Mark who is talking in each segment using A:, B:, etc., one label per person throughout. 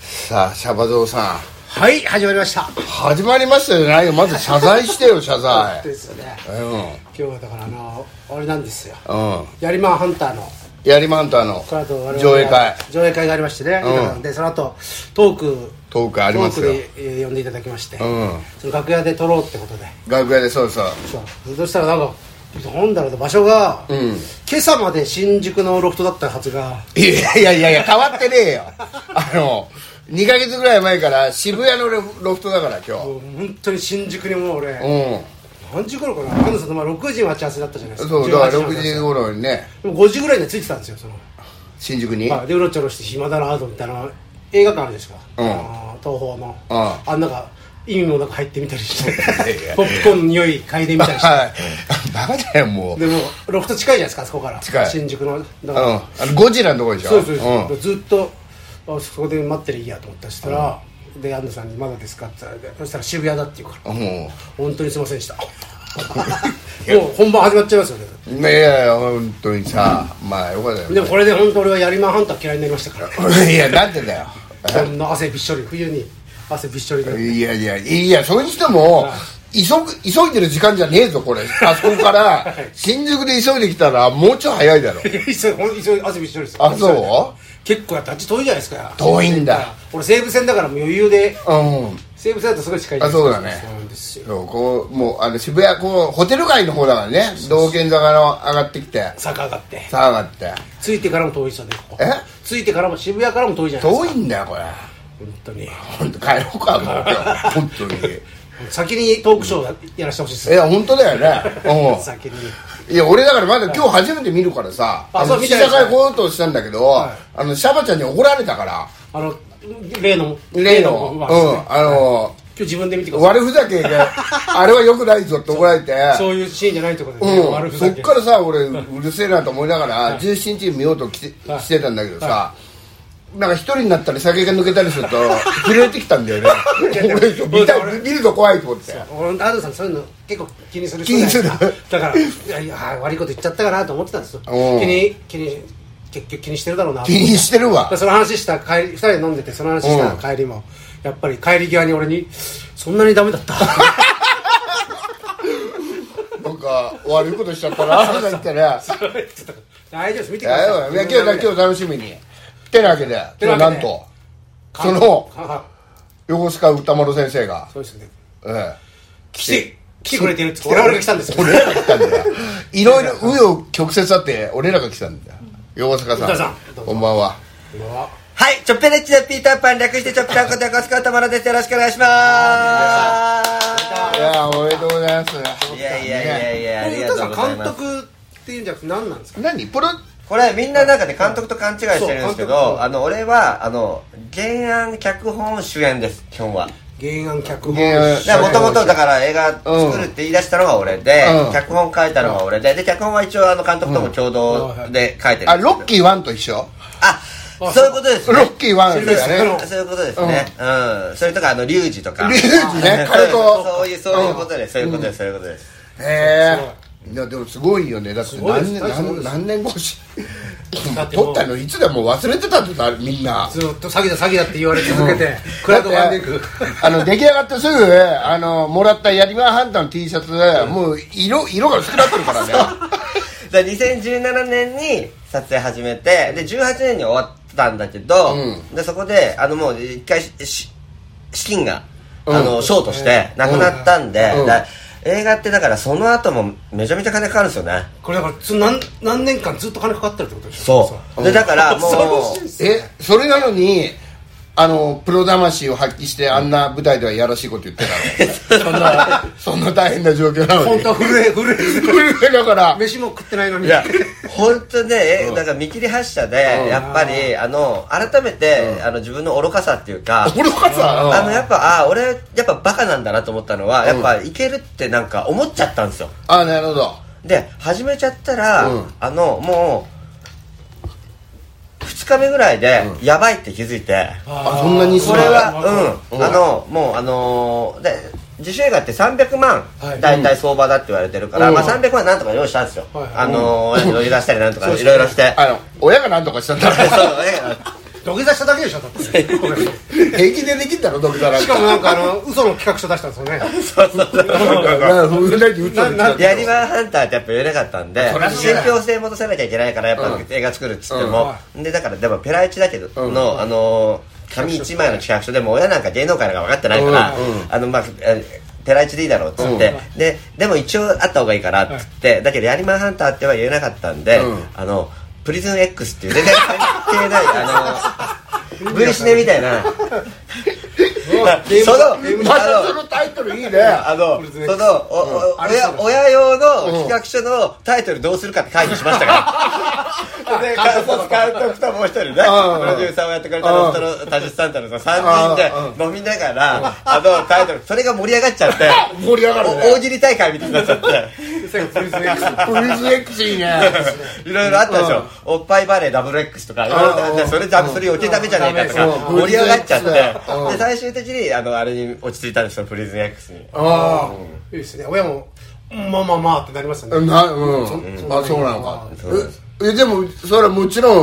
A: さあシャバゾウさん
B: はい始まりました
A: 始まりましたじゃないよまず謝罪して よ謝罪
B: ですよね
A: う
B: 今日はだからあのあれなんですよ
A: んうん
B: やりまんハンターの
A: ヤリマンターの
B: この後我々
A: 上映会
B: 上映会がありましてね、
A: うん
B: でその後トーク
A: トークありますよ
B: トークで、えー呼んでいただきまして、
A: ん
B: その楽屋で撮ろうってことで
A: 楽屋でそうそう
B: そうそしたらなんかなんだろうな場所が、今朝まで新宿のロフトだったはずが
A: いやいやいやいや変わってねえ よあの2ヶ月ぐらい前から渋谷のロフロフトだから今
B: もう本当に新宿にもう俺、
A: 日
B: 何時頃かななんでそのまあ6時待ち合わせだったじゃないで
A: うん
B: すか
A: そうだから
B: 18
A: 6時頃にね
B: でも5時ぐらいには着いてたんですよその
A: 新宿に
B: まあ、でうろちょろして暇だなと思ったら映画館あるでしょ、
A: うん
B: あの東宝の、
A: うん
B: あんなんか意味もなく入ってみたりして
A: いや
B: ポップコーンの匂い嗅いでみたりし て、
A: はいバカだよ もううん
B: でもロフト近いじゃないですかあそこから
A: 近い
B: 新宿のだから、
A: あのゴジラのとこでしょ
B: そうですそう
A: うん
B: です、ずっとあそこで待ってりゃいいやと思ったりしたら、で安藤さんに「まだですか?」って言ったらそしたら渋谷だって言うから
A: も
B: 「本当にすいませ んでした」もう本番始まっちゃいますよね
A: ういやいや本当にさまあよかったよ
B: でもこれで本当俺はやりまんハンター嫌いになりましたか ら
A: いやなんでだよ
B: こんな汗びっしょり冬に汗びっしょりで
A: いやいやいやそれにしても急ぐ急いでる時間じゃねえぞこれあそこ から新宿で急いできたらもうちょい早いだろ
B: いや急いほん急い汗びっしょりです
A: あそう
B: 結構やってあっち遠いじゃないですか
A: 遠いんだ
B: 俺西武線だからもう余裕で
A: うん
B: 西武線だとすごい近いじゃない
A: あそうだね
B: そうなんですよ
A: そうこうもうあの渋谷こうホテル街の方だからね道玄坂の上がってきて
B: 坂上がって
A: さあ上がって
B: 着いてからも遠いそうでここ
A: え
B: 着いてからも渋谷からも遠いじゃないです
A: 遠
B: か
A: いんだよこれ
B: 本当に
A: 本当帰ろうかもう今日本当に
B: 先にトークショーややらせてほしい
A: い
B: で
A: や本当だよね
B: す先に
A: うんいや俺だからまだ今日初めて見るからさ
B: あ
A: あ
B: そう
A: の
B: 見
A: 試
B: て
A: 写
B: ない
A: 会来ようとしたんだけどあのシャバちゃんに怒られたから
B: あの例の
A: 例の、う、
B: うんま
A: あ
B: あそうね
A: の、
B: 今日自分で見てください
A: 悪ふざけ が、あれは良くないぞって怒られて、
B: そういうシーンじゃないってことでね悪
A: うん、
B: ふ
A: そ
B: ざ
A: っ
B: け
A: からさ、俺、うるせえなと思いながら、17日に見ようときて
B: はい
A: してたんだけどさ、なんか一人になったり酒が抜けたり すると、震えてきたんだよね。俺、見た見ると怖いと思って。
B: 俺安藤さんそういうの結構気にする人
A: 気にする
B: だからいやいや悪いこと言っちゃったかなと思ってたんですよ気
A: うん
B: に気に結局気にしてるだろうなと
A: 気にしてるわ
B: で。その話した帰り二人で飲んでてその話した帰りも、やっぱり帰り際に俺にそんなにダメだった
A: なんか、悪いことしちゃった な、とか言ってね。
B: 大丈夫です見てくだ
A: だ
B: さ
A: よ
B: い
A: いや今日だ、今日楽しみに。ってなわけで、
B: て
A: 今日
B: なわけで
A: なんと、その、
B: はは
A: 横須賀歌丸先生が、
B: そうですよね
A: ええ
B: 来て来てくれてるって我々が来たんですよ
A: 俺らが来たんだよ いろいろ紆余曲折あって俺らが来たんだよ横坂さん
B: 歌さんどう
A: こ
B: ぞ
A: んばんは
B: うわ
C: はい、チョッペレッチでピーターパン略してチョッペランコでコスコたまらです。よろしくお願いしま
A: いやおめでとうございます
C: す。いやいやいやいや、あり
B: 歌
C: がと
B: さ
C: うござい
B: ん監
C: ます。
B: 督っていうんじゃなくて何なんですか
A: 何プロ
C: これみんななんかで監督と勘違いしてるんです
B: そう
C: け
B: 監督
C: ど、あの、俺は、あの、原案、脚本、主演です、基本は。
B: 原案脚本
A: 原案
C: もともとだから映画作るって言い出したのが俺で、
A: うん
C: 脚本書いたのが俺で、で、脚本は一応あの監督とも共同で書いてるんですけど
A: あロッキーワンと一緒
C: あ、そういうことです
A: ロ
C: ね。
A: ッキーワンだよね
C: そういうことですね。うん。それとか、あの、リュウジとか。
A: リュウジ ね彼と
C: そういう、そういうことです。そういうことです。そういうことです。
A: へえいやでもすごいよねだって
B: すごい
A: 何
B: です
A: 年
B: 大したもんで
A: 何
B: す
A: 何年越し
B: だってもう
A: 撮ったのいつだもう忘れてたってさみんな
B: ずっと詐欺だ詐欺だって言われ続けてクラウドファンディング
A: あの出来上がってすぐあのもらったやりまハンターの T シャツもう色色が薄くなってるからね
C: で、2017年に撮影始めて、で、18年に終わったんだけど、
A: う
C: で、そこで、あの、もう一回し、し資金が、
A: うん
C: あの、ショートして、なくなったんで、
A: うん
C: だ映画ってだからその後もめちゃめちゃ金かかるんですよね。
B: これだからつ何何年間ずっと金かかってるってことでしょ
C: そう。で、だからもう、
B: 恐ろしいっす
A: えそれなのにあのプロ魂を発揮してあんな舞台ではいやらしいこと言ってたのそんなそんな大変な状況なの
B: 本
A: に
B: 当は震え震え
A: 震えながら
B: 飯も食ってないのに
A: いや
C: 本当ね、だから見切り発車で、やっぱり、あの、改めて、あの、自分の愚かさっていうか、
A: 愚か
C: あの、
A: さ
C: やっぱ、ああ、俺、やっぱバカなんだなと思ったのは、やっぱ、いけるってなんか思っちゃったんですよ。
A: あなるほど
C: で、始めちゃったら
A: うん、
C: あの、もう、2日目ぐらいで、やばいって気づいて、
A: あそんなに
C: これは、
A: う
C: うんん、あの、もう、あのー、で、自主映画って300万
B: はい、
C: 大体相場だって言われてるから、
A: うん
C: まあ300万なんとか用意したんですよ
B: はい。
C: あのー、親に乗り出したりなんとか、いろいろして。
A: あの親が何とかしたんだろう
C: そうね
B: 土下座しただけでしょだってごめん
A: 平気でできんだろ土下座なん
B: しかも
A: か
B: なんかあの嘘の企画書出したんですよね
A: なふうなぎうつの
B: な
C: やりまハンターってやっぱ言えなかったんで
A: そりゃそう
C: 信
A: だよ
C: 憑性戻さなきゃいけないからやっぱ
A: うん
C: 映画作るっつっても、でだからでもペライチだけど
A: うん
C: の、あのー紙一枚の企画書でも親なんか芸能界なんか分かってないから、
A: うん
C: あのまあえペライチでいいだろうっつって、ででも一応あった方がいいからっつって、だけどやりまハンターっては言えなかったんで、
A: うん
C: あのプリズン X っていう全然関係ないあ の V シネみたいなその
A: ま
C: あの
A: たそのタイトルいいね
C: あの、その、おお
B: あれ
C: 親、親用の企画書のタイトルどうするかって会議しまし たから。で、監督ともう一人ね、プロデューサーをやってくれたロフトのタジスタンタのその3人で飲みながら、あのタイトル、それが盛り上がっちゃって、
A: 盛り上がる
C: お大
A: ね
C: 喜利大会みたいになっちゃ って。
A: プリズン X いいね
C: いろいろあったでしょ、おっぱいバレーダブル X とか、いろいろあったでそれダブそれ余計ダメじゃねえかとか、
A: うん
C: 盛り上がっちゃって、
A: うん
C: で最終的にあのあれに落ち着いたんですよ、プリズン X に。
B: ああいいですね親もまあまあまあってなりましたね
A: なうんあそうなのかええでもそれはもちろん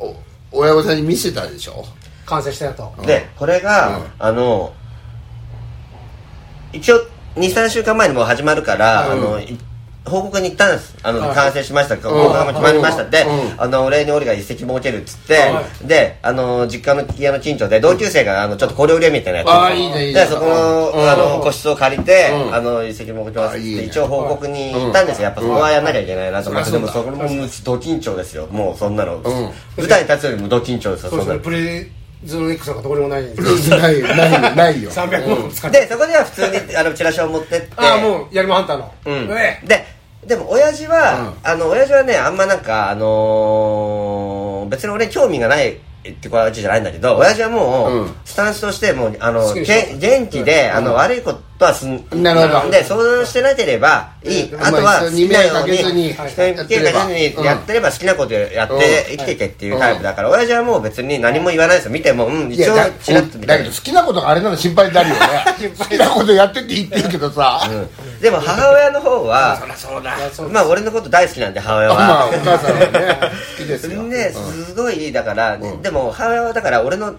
A: お親御さんに見せたでしょ
B: 完成したやと
C: でこれが、
A: うん
C: あの一応23週間前にもう始まるから、
A: うん
C: あのい報告に行ったんですあの、
B: はい
C: 完成しました報告が決まりましたって、
A: うん
C: あのお礼に俺が一席設けるっつって、
B: は
C: であの実家の家の近所で同級生があのちょっとこれ売れみたいなやつ
A: ああいいねいいね
C: でそこの,、
A: うん
C: あの個室を借りて、
A: うん
C: あの一席設けます
A: あ
C: って
A: いいね
C: 一応報告に行ったんですよやっぱそこはやんなきゃいけないなと思って、
A: そ
C: で
A: り
C: も
A: ゃそ
C: そこもド緊張ですよもうそんなの、
A: ん
C: 舞台に立つよりもド緊張ですよ
B: そうで
C: んな
B: す
C: の
B: ねプレズン X なんかどこにもないんで
A: ないよないよないよ
B: 300万も使って
C: でそこでは普通 にあのチラシを持ってって
B: ああもうやりもハンターの
C: うん
B: ええ
C: ででも親父は、あの親父はねあんまなんかあのー別に俺に興味がないってわけじゃないんだけど親父はもう、
A: うん
C: スタンスとしてもうあの
B: 好きでしょ
C: け元気で、あの悪いことはすん
A: なるほど
C: で相談してなければいい、
A: うん
C: あとは
A: まあ
C: 好きなように
A: 人に迷惑かけずに
C: 人に迷惑かけずに
A: や
C: や
A: っ
C: っててれば好きなことやって生きていけっていうタイプだから、親父はもう別に何も言わないですよ見ても、うん、
A: い
C: 一
A: や
C: 応
A: だ
C: チラッと見
A: だ
C: て
A: けど好きなことがあれなら心配になるよね好きなことやってって言ってるけどさ、
C: でも母親の方はまあ俺のこと大好きなんで母親は、
A: まあお母さんはね好きですよ、
C: ねすごいだから、でも母親はだから俺の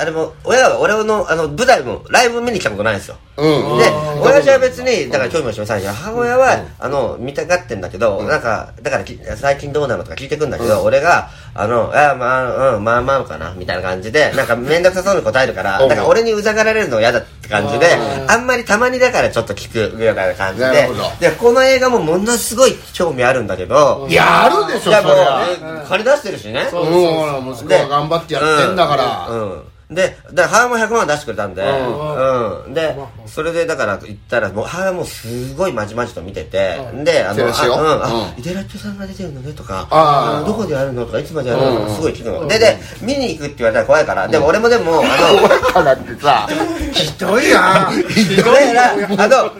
C: あれも親は俺のあの舞台もライブ見に来たことないんですよ
A: うん
C: で親父は別にだから興味もしませんし母親は、あの見たがってんだけど、なんかだからき最近どうなのとか聞いてくんだけど、俺があのあまあ、うん、まあまあかなみたいな感 じでなんか面倒くさそうに答えるから
A: う
C: だ
A: ん
C: から俺にうざがられるの嫌だって感じであんまりたまにだからちょっと聞くみたいな感じで
A: なるほど
C: でこの映画もものすごい興味あるんだけど、
A: いやあるでしょそり
C: いやもう
A: ゃ
C: え金出してるしね
A: うん
B: そうそう
A: ほら息子は頑張ってやってんだから、
C: うんうんでだから母親も100万出してくれたんで、
B: ん
C: うんでそれでだから行ったらもう母親もすごいまじまじと見てて、であ
A: チ
C: の
A: ラシを
C: あうんあ
A: う
C: イデラッチョさんが出てるのねとか
A: あー
C: のどこでやるのとかいつまでやるのとかすごい聞くの、でで見に行くって言われたら怖いから、でも俺もでもあの
A: 怖いからってさ
B: ひどいな
C: だからあの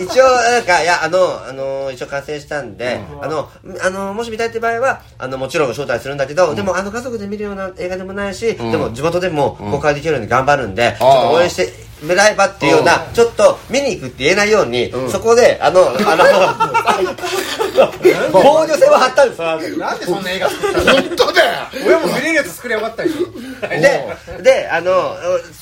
C: 一応なんかいやあのあの一応完成したんで、あのあのもし見たいって場合はあのもちろん招待するんだけど、でもあの家族で見るような映画でもないし、でも地元でも公開できるように頑張るんで、ちょっと応援して。もらえばっていうような、ちょっと見に行くって言えないように、そこで、あの、あの、防御線を張ったんですよ。
B: なんでそんな映画作った の
A: 本当だよ
B: 親も見れるやつ作りゃよかったでしょ
C: で、で、あの、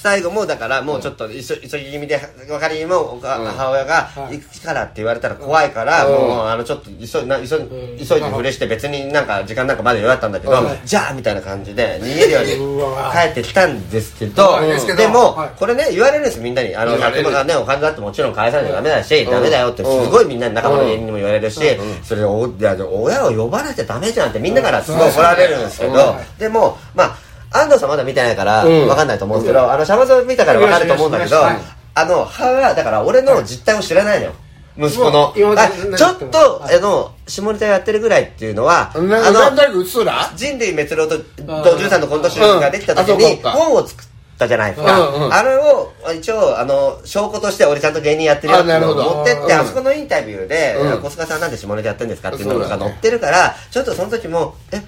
C: 最後もだから、もうちょっと急急ぎ気味で、かりも、おか母親が、行くからって言われたら怖いから、もう、あの、ちょっと急いな急い急いでふれして、別になんか時間なんかまだ余裕あったんだけど、じゃあみたいな感じで、逃げるように
B: うわ
C: 帰ってきたんですけど
B: はいですけ、ど
C: でも
B: はい、
C: これね、言われるんです、みんなに。あの、
A: 言われる
C: 100万がね、お金だってもちろん返さないとダメだし、ダメだよって、すごいみんなに仲間の家にも言われるし、それでおいや親を呼ばなきゃダメじゃんってみんなからすごい怒られるんですけど、でも、まあ、安藤さんまだ見てないから
A: うん
C: 分かんないと思うんですけど、あのシャバゾウ見たから分かると思うんだけど、
B: よしよしよし
C: あの母親はだから俺の実態を知らないのよ息子の
B: 今まで
C: あ
B: 何
C: ちょっと、
B: はい
C: あの下ネタやってるぐらいっていうのはあ
A: ななんと
C: の
A: なくうっすら
C: 人類滅亡と
B: あー
C: と13のコント集ができた時
A: うんあそう
C: に
A: か
C: 本を作ったじゃないですか、
A: うんうん
C: あれを一応あの証拠として俺ちゃんと芸人やってるよっていうの
A: あなるほ
C: を
A: ど
C: 持ってって
A: うん
C: あそこのインタビューで
A: うん
C: 「小塚さんなんで下ネタやってんですか?」っていうの
A: そ
C: が
A: うだ
C: 載
A: ね
C: ってるからちょっとその時も「え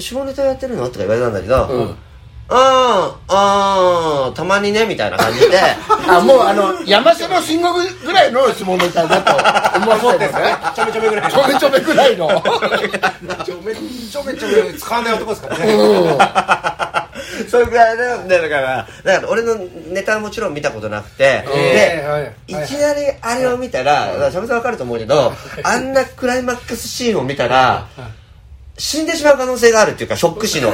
C: 下ネタやってるの?」とか言われたんだけど、
A: うん
C: ああたまにねみたいな感 じで
A: あもうあの山下の信号ぐらいの質問ネタだと思わせてるね
B: ちょめちょめぐらい
A: ちょめちょめぐらいの
B: ちょめちょめちょめ使わない男ですからね
C: それぐらいだよねだからだから俺のネタはもちろん見たことなくて、で、いきなりあれを見たら、しゃべさんわかると思うけど、あんなクライマックスシーンを見たら、死んでしまう可能性があるっていうか、ショック死の。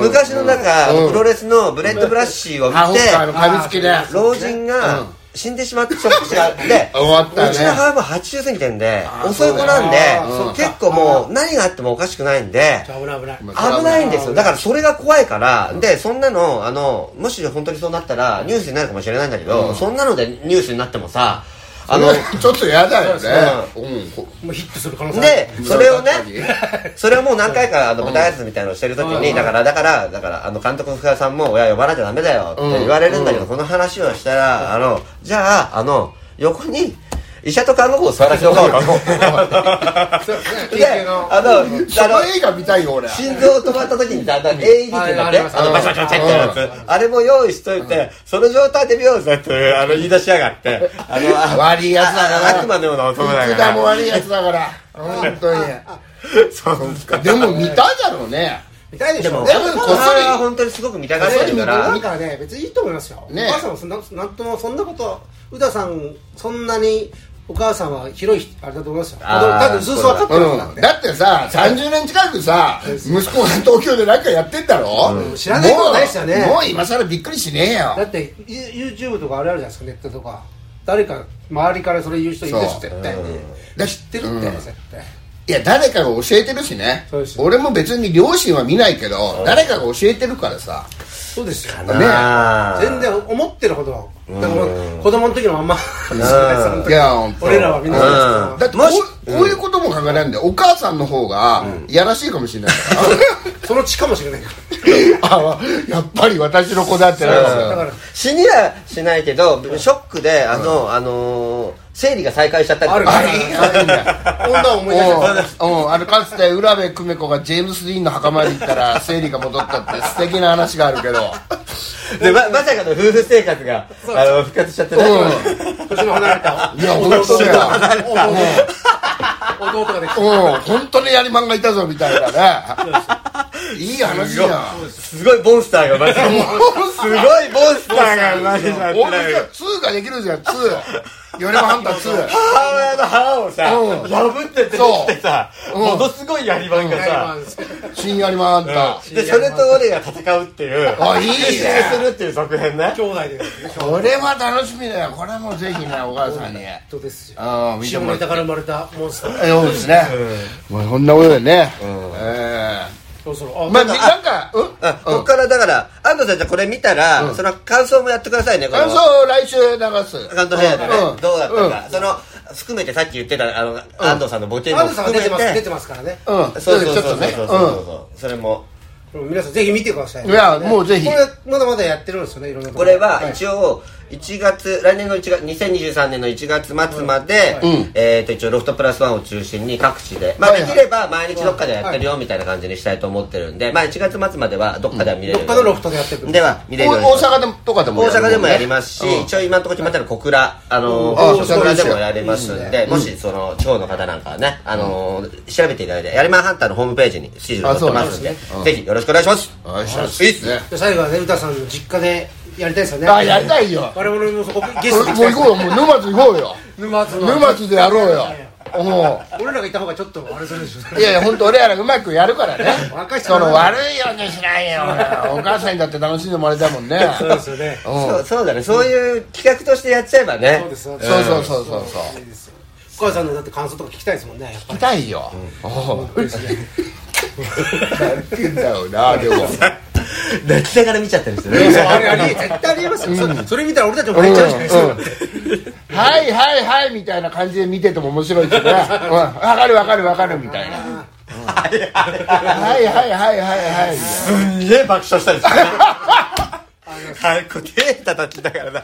C: 昔のなんか、プロレスのブレッドブラッシーを見、
A: あほってかあの髪付きで
C: 老人が死んでしまってショック死があっ て、
A: 終わったね
C: うちの母も80過ぎてんで、遅い子なんで、結構もう何があってもおかしくないんで、
B: 危ない危ない
C: 危ないんですよだからそれが怖いからでそんなのあのもし本当にそうなったらニュースになるかもしれないんだけど、そんなのでニュースになってもさあ
A: あ
C: の
A: のちょっと嫌だよねうんこ
B: もうヒットする可能性ある
C: でそれをね
A: 確か
C: それをもう何回かあの舞台挨拶みたいなのをしてる時にだからだからだからあの監督の深谷さんも「親呼ばなきゃダメだよ」って言われるんだけど、この話をしたらあのじゃああの横に医者と看護婦を座らせておこ うと
B: 経
C: で
B: 験の
C: あのあ
A: にその
C: の
A: 映画見たいよ俺
C: 心臓止まった時にだんだん AED ってな
B: は
C: っ
B: いあ
C: て
B: ります
C: あのバチバチバチってやつあれも用意しといてその状態で見ようぜっていうあの言い出しやがってあのあ
A: 悪いやつだから
C: 悪魔のような男だ
A: 福
C: か
A: 田も
C: ら
A: 悪いやつだから本当に
C: そうですか
A: でも見たいだろうね
B: 見たいでし
C: でも
B: ょ
A: でもこっそり
C: あれは本当にすごく見たがってるか
B: だ
C: ら
B: からね別にいいと思いますよ、
A: ね
B: お母さんもそんななんともそんなこと宇田さんそんなにお母さんは広い人あれだと思いますよ
C: あー
B: だってずっと分かってるから
A: うん、だってさ30年近くさ息子が東京で何かやってんだろ、
B: うん知らないことないっすよね
A: もうもう今更びっくりしねえ
B: だ
A: よ
B: ってユ YouTube とかあれあるじゃないですかネットとか誰か周りからそれ言う人いるでし
A: そ
B: ょ
A: う
B: 絶対に
A: だ
B: 知ってるって、
A: うん
B: 絶対
A: いや誰かが教えてるしね
B: そうですよ
A: 俺も別に両親は見ないけど誰かが教えてるからさ
B: そうですよ
A: ね
C: あー
B: 全然思ってるほどはだから子供の時のまんま
A: いや本当
B: 俺らはみんなそうですか
A: だ
B: ら
A: ってこ
C: もし
A: うこういうことも考えられるんだよお母さんの方がいやらしいかもしれないから
B: その血かもしれないから
A: あやっぱり私の子だってなるんだよ
B: だから
C: 死にはしないけどショックであのあのー生理が再開しちゃったりとか
A: あいいあいいね
B: 女を思い出して
A: うんうんあのかつて浦部久美子がジェームス・ディーンの墓参り行ったら生理が戻ったって素敵な話があるけど
C: でままさかの夫婦生活があの復活しちゃってね
B: 年の離れた
A: いや本当だよ
B: 弟がね
A: うん本当にやりまんがいたぞみたいなねいい話じゃん
C: すごいボンスターが生まれちゃったすごいボンスターが生まれちゃって
A: 俺じゃ2ができるじゃん2よりもハンター2
C: 母親の歯をさ、
A: うん
C: 破って出てきてさ、
A: うん
C: ものすごいやり場がさ、
A: 新やりまんた
C: でそれと俺が戦うっていう
A: あいいね
C: 復讐するっていう続編ね
B: 兄弟でね
A: これは楽しみだよこれはもうぜひねお母さんに
B: そうですよ
A: うん見て
B: 下
A: もら
B: ネ
A: って
B: タから生まれたモンスター
A: そうですねもうそんなことでねえ
B: そろそろ
A: え
B: あ
A: まあなんかうん
C: あこっからだから安藤さんじゃあこれ見たら、その感想もやってくださいねこの
A: 感想を来週流す
C: 感動編でね、
A: うん
C: どうだったか、その含めてさっき言ってたあの、安藤さんのボケも
B: アンドさん
C: 含
B: が
C: め
B: 出
C: て
B: てます出てますからね
A: うん
C: そうそう
A: ち
C: そ
A: ょっと
C: うそうそ
A: ね
C: うそうそうそれも
B: 皆さんぜひ見てください
A: いやもうぜひ
B: これまだまだやってるんですよねいろんなと
C: これは一応1月来年の1月2023年の1月末まで、
A: うん
C: えー、と一応ロフトプラスワンを中心に各地で、まあ、
A: はい
C: で
A: はい
C: きれば毎日どっかでやってるよみたいな感じにしたいと思ってるんで、まあ、1月末まではどっかでは見れる、
B: どっかのロフトでやってくる
C: では見れるように
A: 大大阪でもとかでも
C: 大
A: やる
C: 阪でもやりますし、
A: うん
C: 一応今のところ決まったの小倉、あの
A: あ
C: ー、
A: そう
C: 小倉でもやり
A: そう
C: ます
A: いい
C: ん
A: ね
C: で、もしその地方の方なんかはね、あのー、調べていただいて、やりまんハンターのホームページにシールを
A: あ
C: 貼ってますんで
A: そうなんですねう、ん
C: ぜひよろしくお願いします。
A: お願いします
C: いいっすね。
B: で最後はね歌さんの実家でやりたいですよね
A: あやりたいよ
B: 我々もそこゲ
A: も
B: ス
A: う
B: ト
A: 行
B: で
A: こうよもう沼津行こうよ
B: 沼津の
A: 沼津でやろうよも
B: 俺らが行った方がちょっとあれするでしょ
A: ういやいや本当俺らがうまくやるからね
B: 若い人
A: その悪いようにしないよお母さんにだって楽しんでもらいたいも んね
B: そうですよ
A: う
B: ね
A: ん
C: そうそうだね、そういう企画としてやっちゃえばね
B: そうで。すそうです
A: そうそうそうそうそう
B: いいですよお母さんのだって感想とか聞きたいですもんねやっぱ
A: 行
B: り
A: きたいよおうなんて言うんだろうなでも
C: 泣きながら見ちゃったりしてね。
B: そうあれあり絶対ありえますよ、そそれ見たら俺たちも入っちゃうじゃないですか、
A: うんはいはいはいみたいな感じで見てても面白いけどね、うん、わかるわかるわかるみたいな、はいはいはいはいはい
C: すんげえ爆笑した りしてね。はい、こう手叩きながらさ、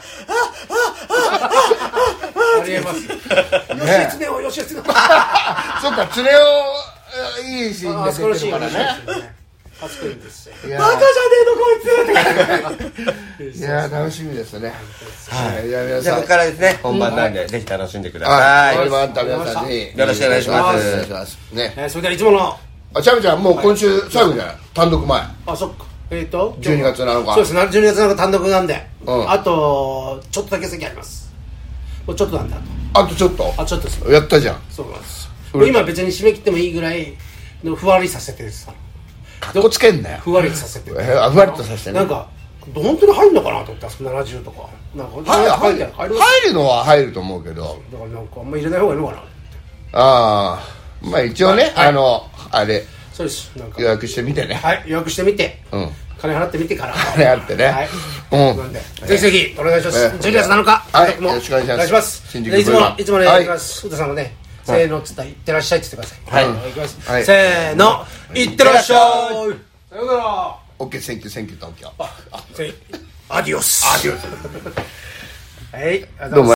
B: ありえますよ
A: ね
B: 吉を吉吉
A: そっか連れをえーいいシーン
B: あ
A: で
B: そこの
A: 出
B: シ
A: てるか
B: ーン
A: ら
B: 面
A: ね
B: 白いですよね賢いんですよ
A: いや
C: バカじゃねえのこいつとか
A: いや楽しみですねはいいや皆
C: じ
A: さ
C: ゃあこ
A: ん
C: こからですね本番なんで、ぜひ楽しんでくださ
A: はい
C: い、
A: これもあった皆さんぜひ
C: よろしくお願いします
A: お願いしますね
B: えーそれではいつもの
A: あちゃみちゃんもう今週最後じゃない単独前
B: あそっかえっ、と
A: 12月7日
B: そうですね12月7日単独なんで、
A: うん
B: あとちょっとだけ席ありますもうちょっとなんだ
A: あとちょっと
B: あちょっとです
A: やったじゃん
B: そうなんです
A: 売れた
B: 今別に締め切ってもいいぐらいのふわりさせてです
A: かっこつけんなよ
B: ふわりさせて
A: えーあふわりとさせてね
B: なんか本当に入るのかなと思ったんです70とかなんか
A: 入る
B: 入
A: 入
B: る
A: る
B: 入る
A: 入るのは入ると思うけど
B: だからなんかあんま入れない方がいいのかな
A: ああまあ一応ねあのあれ
B: そうですなんか
A: 予約してみてね
B: はい予約してみて、
A: うん
B: 金払って みてから
A: 金払ってね
B: はい
A: うん
B: なんでぜひぜひお願いします
A: ええ
B: 12月7日
A: はい
B: 僕も
A: よろしくお願いします
B: お願いします
A: 新宿
B: でいつも
A: ブーバ
B: の
A: ー
B: いつものお願いします歌さんもねせーのっつったら「いってらっしゃい」って言ってください
A: はい
B: いきます
A: はい
B: せーの「いってらっしゃい」さようなら
A: OK センキューセンキュー東京
B: ぜひアディオス
A: ディオス
B: はいありがとうございます
A: どうも